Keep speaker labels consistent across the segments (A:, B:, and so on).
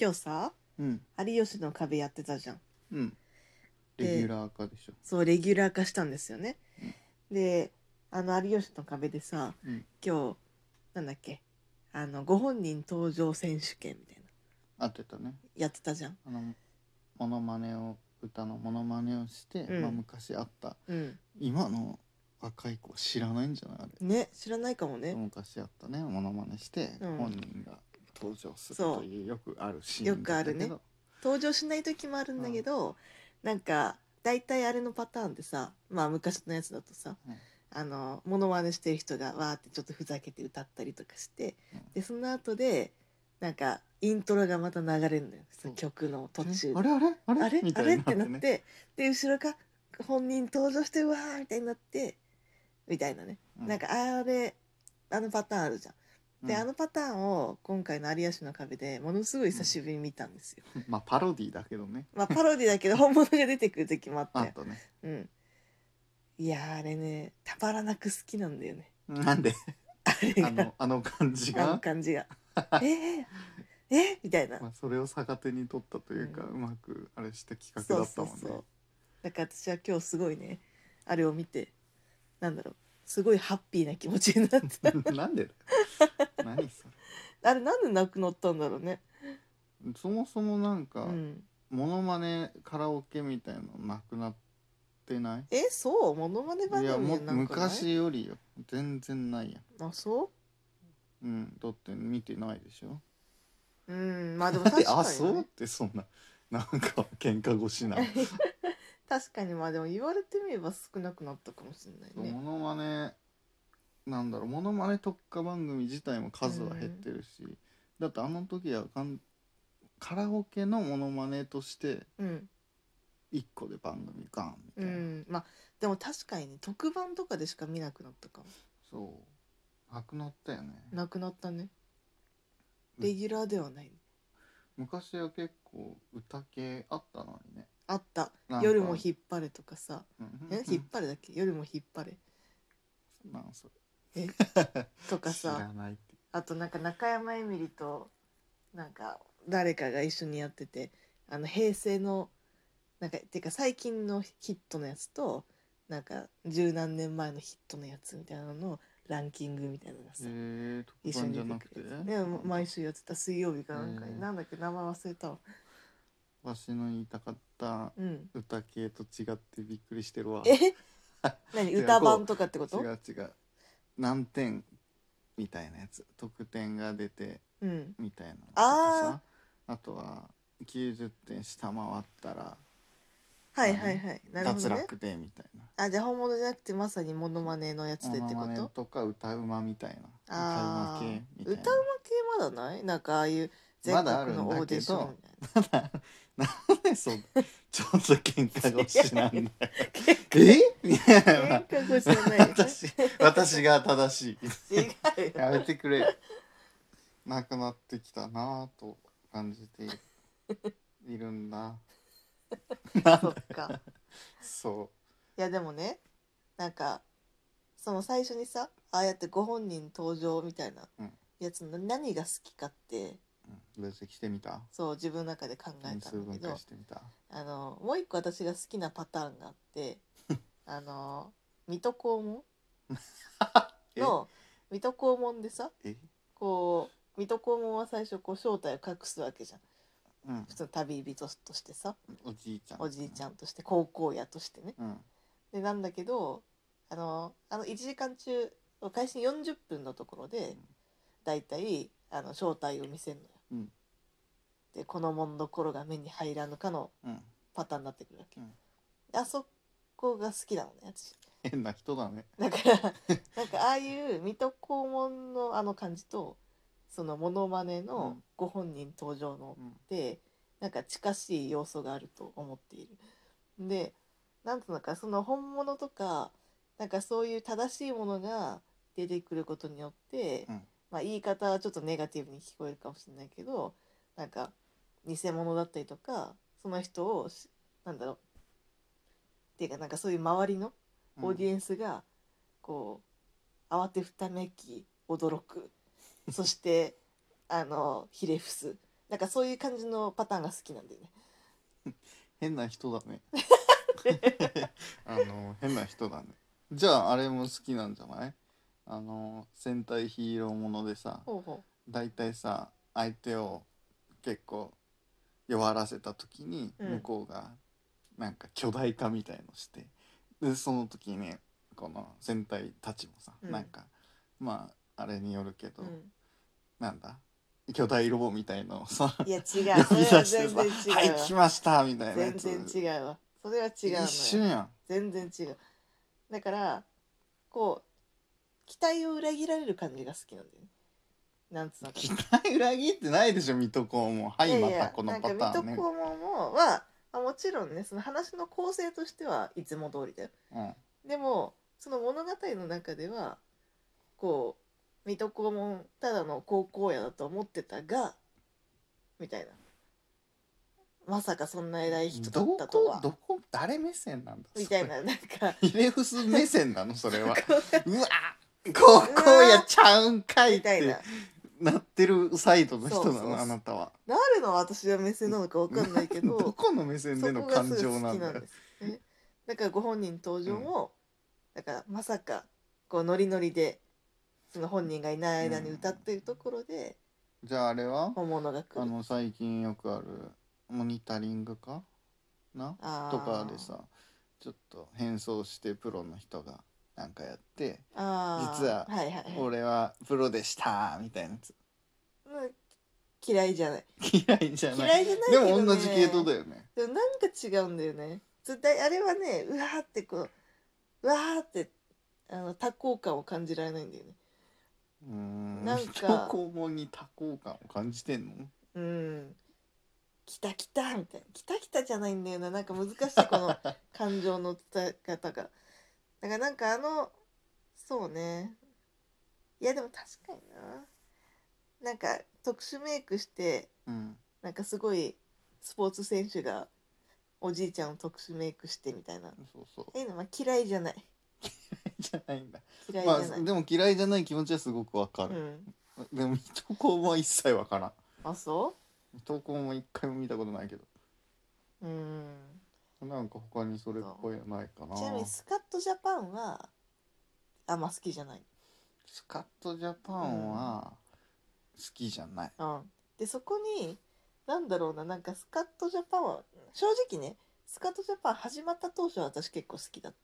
A: 今日さ
B: うん
A: 「有吉の壁」やってたじゃん
B: うん
A: で
B: レギュラー化でしょ
A: そうレギュラー化したんですよね、であの「有吉の壁」でさ
B: うん
A: 今日なんだっけあのご本人登場選手権みたいな
B: 合ってたね
A: やってたじゃん
B: あのモノマネを歌のモノマネをして、
A: うん
B: まあ昔あった
A: うん
B: 今の若い子知らないんじゃないあれ
A: ね知らないかもね、
B: 昔あったねモノマネして、
A: うん
B: 本人が登場する
A: そう
B: というよくあるシーンだったけど
A: よくある登場しない時もあるんだけど、なんか大体あれのパターンでさまあ昔のやつだとさ、
B: うん
A: あのモノマネしてる人がわーってちょっとふざけて歌ったりとかして、
B: うん
A: でその後でなんかイントロがまた流れるんだよその曲の途中
B: あれあれあれ
A: あれ
B: み
A: あ
B: た
A: れ
B: い
A: っ
B: になって
A: てな
B: ね
A: ってで後ろが本人登場してうわーみたいになってみたいなね、
B: う
A: なんかあれあのパターンあるじゃん。で、
B: うん
A: あのパターンを今回の「有吉の壁」でものすごい久しぶりに見たんですよ。
B: まあパロディだけどね
A: まあパロディだけど本物が出てくる時もあった
B: あ
A: よ。
B: とね
A: うん。いやーあれねたまらなく好きなんだよね。
B: な んで
A: あれ
B: あ
A: が
B: のあの感じ
A: あの
B: が、
A: 感 じが。えー、えみたいな
B: ま。あ、それを逆手に取ったというか、
A: う
B: うまくあれした企画
A: そ
B: だ
A: う
B: った
A: そう
B: もんね
A: そう。だから私は今日すごいねあれを見てなんだろうすごいハッピーな気持ちになった
B: なんでだよ何そ
A: あれなんでなくなったんだろうね。
B: れそもそもなんか、
A: うん、
B: モノマネカラオケみたいのなくなってない
A: えそうモノマネ番
B: いや
A: 組
B: も
A: なんかない
B: 昔よりよ全然ないや
A: あそ
B: んうんだって見てないでしょ
A: ううんまあでも
B: だっ
A: 確
B: て
A: かに、ね、
B: あそうってそんな なんか喧嘩越しな
A: 確かにまあでも言われてみれば少なくなったかもしれないね
B: モノマネなんだろうモノマネ特化番組自体も数は減ってるし、だってあの時はかんカラオケのモノマネとして
A: うん
B: 1個で番組ガン
A: う
B: みたいな、
A: んまあでも確かにね特番とかでしか見なくなったかも
B: そうなくなったよね
A: なくなったね
B: うん
A: レギュラーではない、
B: 昔は結構歌系あったのにね
A: あった
B: なん
A: 「
B: か
A: 夜も引っ張れ」とかさ
B: うん
A: 「
B: うんう
A: え
B: ん
A: 引っ張れ」だっけ「夜も引っ張れ
B: なんそれ」
A: とか
B: 知ら
A: さ
B: ないって
A: あとなんか中山エミリとなんか誰かが一緒にやっててあの平成のなんかていうか最近のヒットのやつとなんか十何年前のヒットのやつみたいなののランキングみたいなのがさ、
B: えー、特
A: 一緒
B: 番
A: に
B: じゃ
A: 出
B: な
A: て
B: くて
A: くるやつねもう毎週やってた水曜日かなんかに、
B: えー
A: なんだっけ名前忘れたわ
B: わしの言いたかった
A: うん
B: 歌系と違ってびっくりしてるわ違
A: え 何歌版とかってこと
B: う違う何点みたいなやつ得点が出て
A: うん
B: みたいなのと
A: あ
B: かさあとは90点下回ったら
A: はいはいはいなるほ
B: 脱
A: どね
B: 落でみたいな
A: あじゃあ本物じゃなくてまさにモノマネのやつでっ
B: モ
A: て
B: ノ
A: こ
B: マネ
A: と
B: とか歌うまみたいな
A: あ
B: 歌うま
A: ー
B: 系みたいな
A: 歌うま系まだないなんかああいう全
B: ま
A: 国
B: だあるんだけ
A: の
B: ど
A: オーディションみたい な
B: なんでそ んなちょっと喧嘩がしなんだよ
A: 結
B: えみたいな
A: 構結構知らないよ
B: 私私が正しい
A: 違うよ
B: やめてくれなくなってきたなぁと感じているいるんだ
A: そっか
B: そ
A: いやでもねなんかその最初にさああやってご本人登場みたいな
B: うん
A: やつの何が好きかって
B: ううん分析してみた
A: そう自分の中で考えたん
B: 点
A: だ
B: 数分
A: けど
B: 解してみた
A: あのもう一個私が好きなパターンがあって あの水戸黄門の水戸黄門でさ
B: ええ
A: こう水戸黄門は最初こう正体を隠すわけじゃん
B: うん
A: 普通の旅人としてさ
B: おじいちゃん
A: おじいちゃんとして高校野としてね
B: うん
A: でなんだけどあのあの1時間中開始40分のところでだいたいあの正体を見せるのよ。
B: うん
A: でこのもんどころが目に入らぬかの
B: うん
A: パターンになってくるわけ。
B: うん
A: あそこが好きなのね私。
B: 変な人だね
A: だ からなんかああいう水戸黄門のあの感じとそのモノマネ
B: う
A: の
B: ん
A: ご本人登場の
B: うん
A: でなんか近しい要素があると思っている。でなんとなくその本物とかなんかそういう正しいものが出てくることによって、
B: うん
A: まあ、言い方はちょっとネガティブに聞こえるかもしれないけどなんか偽物だったりとかその人をしなんだろうっていうかなんかそういう周りのオーディエンスがこう慌て ふためき驚くそしてあのひれ伏すなんかそういう感じのパターンが好きなんだよね
B: 変な人だね あの変な人だねじゃああれも好きなんじゃないあの戦隊ヒーローものでさ
A: ほうほ
B: 大体さ相手を結構弱らせた時に
A: うん
B: 向こうがなんか巨大化みたいのして、でその時にこの戦隊たちもさ、
A: うん
B: なんかまああれによるけど、
A: う、うん、
B: なんだ巨大ロボみたいのをさ
A: いや違うそれ
B: 呼び出
A: は
B: してさ
A: 全
B: 「
A: 然違うわ、
B: はい来ました」みたいなやつ
A: 全然違うわそれは違うのよ
B: 一瞬やん
A: 全然違うだからこう期待を裏切られる感じが好きなんだよねなんつうのかな
B: 期待 裏切ってないでしょ水戸黄門はい
A: いやい
B: ま
A: や
B: たこのパタ
A: なんか
B: ーン
A: 水
B: ね
A: 戸黄門もは、まあ、もちろんねその話の構成としてはいつも通りだよ
B: うん
A: でもその物語の中ではこう水戸黄門ただの高校やだと思ってたがみたいなまさかそんな偉い人だ
B: ど
A: ったと
B: こ
A: は
B: どこ誰目線なんだ
A: みたい
B: そ
A: ななんか
B: れヒレフス目線なの それは
A: こう
B: うわ高校やちゃうんかいっ
A: みたい
B: て
A: な
B: なってるサイドの人
A: そう
B: な
A: そうそう
B: のあなたは
A: 誰の私が目線なのかわかんないけど
B: どこの目線での感情なんだ
A: そこがすごい好きなん
B: よ
A: ですねだからご本人登場も、だからまさかこうノリノリでその本人がいない間に歌ってるところで
B: じゃああれは
A: 本物が来
B: あ
A: る、
B: の最近よくあるモニタリングかな
A: あー
B: とかでさちょっと変装してプロの人がなんかやって
A: あー
B: 実は
A: はいはい
B: 「
A: はい
B: 俺はプロでした」みたいなやつ
A: うん嫌いじゃない
B: 嫌いじゃない
A: 嫌いじゃないけ
B: で
A: ど、ね、
B: も同じ系統だよね
A: でもなんか違うんだよね絶対あれはねうわーってこううわーってあの多幸感を感じられないんだよね
B: うーん
A: なんか
B: 人肛門に多幸感を感じてんの
A: うん来た来たみたいな来た来たじゃないんだよななんか難しいこの感情の伝え方がだからなんかあのそうねいやでも確かにななんか特殊メイクして
B: うん
A: なんかすごいスポーツ選手がおじいちゃんを特殊メイクしてみたいな
B: そうそう
A: ええのまあ嫌いじゃない
B: じゃないんだ
A: 嫌いじ
B: ま
A: ゃ
B: あ
A: ない、
B: でも嫌いじゃない気持ちはすごくわか
A: う
B: る、
A: ん
B: でも水戸黄門は一切わからん
A: あそ
B: 水戸黄門は一回も見たことないけど
A: ううん
B: なんか他にそれっぽいのないかな
A: ちなみにスカットジャパンはあんま好きじゃない
B: スカットジャパンは好きじゃない、
A: うん、でそこになんだろうななんかスカットジャパンは正直ねスカットジャパン始まった当初は私結構好きだっ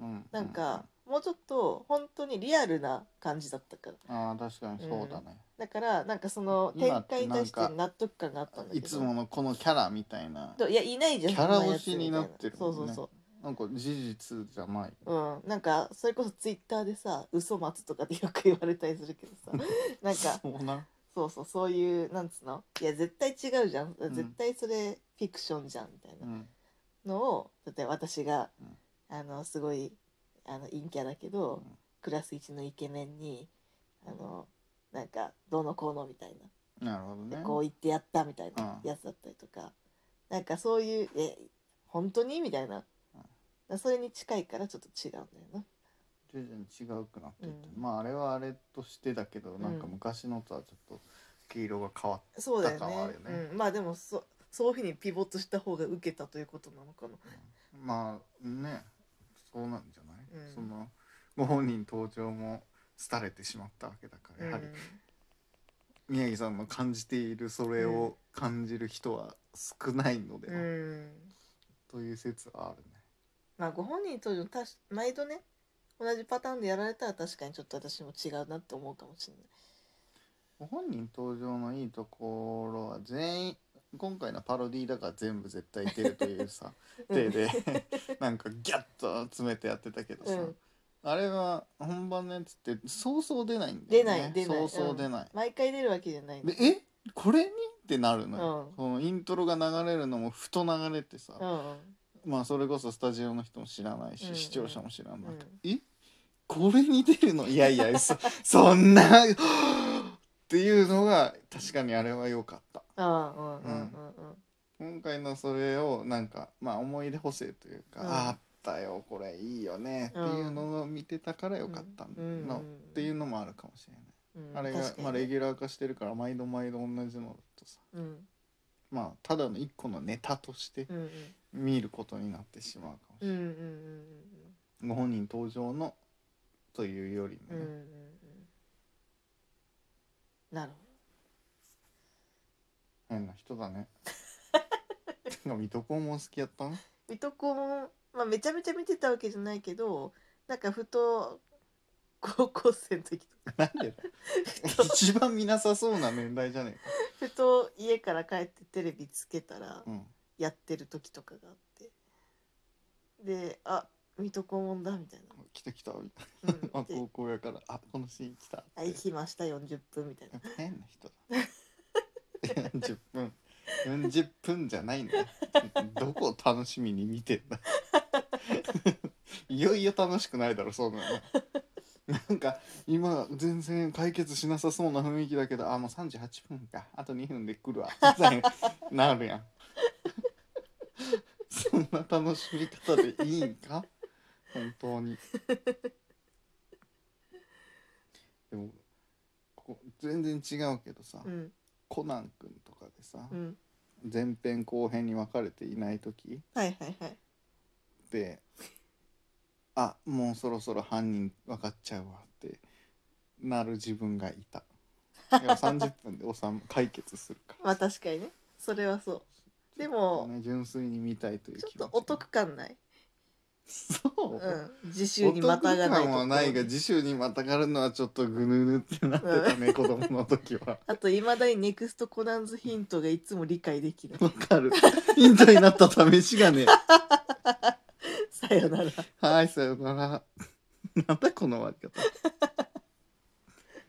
B: うん
A: たなんか、もうちょっと本当にリアルな感じだったから
B: うんああ確かにそうだね、
A: だからなんかその展
B: 今って
A: 開に対して
B: なんか
A: 納得感があったんだけど
B: いつものこのキャラみたいな
A: といやいないじゃん
B: キャラ
A: そんやつ
B: 推しになってるもんね
A: そうそうそ
B: なんか事実じゃない、
A: ううんなんかそれこそツイッターでさ「嘘待つ」とかでよく言われたりするけど さなんか
B: そうな
A: そうそうそういうなんつうのいや絶対違うじゃん
B: ん
A: 絶対それフィクションじゃんみたいな
B: う、ん
A: のを例えば私が、
B: うん
A: あのすごいあの陰キャだけど、
B: うん
A: クラス一のイケメンにあのなんかどうのこうのみたい
B: なるほど
A: な、
B: ね
A: でこう言ってやったみたいな
B: うん
A: やつだったりとか、なんかそういう「え本当に?」みたいな、だからそれに近いからちょっと違うんだよな。
B: 徐々に違うくなっていって、
A: うん
B: まああれはあれとしてだけどなんか
A: うん
B: 昔のとはちょっと毛色が変わっ
A: そうだよ
B: だ
A: ね
B: からあれね
A: うん、まあでもそそういうふうにピボットした方が受けたということなのかな。
B: て、まあねそうなんじゃない、
A: うん
B: そのご本人登場も廃れてしまったわけだからやはり
A: うん
B: 宮城さんの感じているそれを感じる人は少ないのでは、
A: うん
B: という説はあるね。
A: まあご本人登場たし毎度ね同じパターンでやられたら確かにちょっと私も違うなって思うかもしれない。
B: ご本人登場のいいところは全員今回のパロディーだから全部絶対出るという さ手で なんかギャッと詰めてやってたけどさ、
A: うん
B: あれは本番のやつってそうそう出ないんだ
A: 出
B: よ
A: ない
B: ね
A: 出ない。
B: そうそう出ない
A: うん、毎回出るわけじゃない。
B: でえこれにってなるのよ、
A: うん
B: そのイントロが流れるのもふと流れてさ、
A: うんうん。
B: まあそれこそスタジオの人も知らないし、
A: うんうん
B: 視聴者も知らなくて、えこれに出るのいやいやそそんな っていうのが確かにあれは良かった
A: ああうんうんうん
B: 今回のそれをなんかまあ思い出補正というか、
A: うん
B: あったよこれいいよねっていうのを見てたから良かった
A: うんうんうん
B: の、っていうのもあるかもしれない
A: うん
B: あれが
A: 確、かに
B: まあ、レギュラー化してるから毎度毎度同じのだとさ
A: うん
B: まあただの一個のネタとして
A: うんうん
B: 見ることになってしまうかもし
A: う
B: れ
A: ん
B: な
A: う
B: い、
A: ん
B: ご本人登場のというより
A: うんうんう
B: も
A: んうん
B: ね、
A: うんなるほ
B: 変な人だ ねてか水戸黄門好きやったん
A: ど水戸黄門まあめちゃめちゃ見てたわけじゃないけどなんかふと高校生の時とか
B: なん でだ一番見なさそうな年代じゃね
A: ふと家から帰ってテレビつけたら
B: えか、うん、
A: やってる時とかがあってであ水戸黄門だみたい
B: 来た来たみたい
A: な、うん
B: なあ
A: で
B: 高校やからあこのシーン来たって
A: あ行きました40分みたいな
B: やっぱ変な人だ 40分40分じゃないんだよどこを楽しみに見てんだいよいよ楽しくないだろそうなのなんか今全然解決しなさそうな雰囲気だけどあもう38分かあと2分で来るわみたいになるやん そんな楽しみ方でいいんか本当にでもここ全然違うけどさ、
A: うん
B: コナン君とかでさ、
A: うん
B: 前編後編に分かれていない時
A: はいはいはい
B: であもうそろそろ犯人分かっちゃうわってなる自分がいたいや30分でおさん解決するから
A: まあ確かにねそれはそう でも
B: ね、純粋に見たいという
A: ちょっ
B: 気持ち
A: とお得感ない、
B: そう、
A: うん、自習
B: お
A: にまたがない
B: 得感はないが
A: とこ
B: 次週にまたがるのはちょっとぐぬぬってなってた ね、子供の時は
A: あといまだにネクストコナンズヒントがいつも理解できない
B: わかる ヒントになった試しがね
A: さよなら
B: はい、さよなら。なんだこの割り方。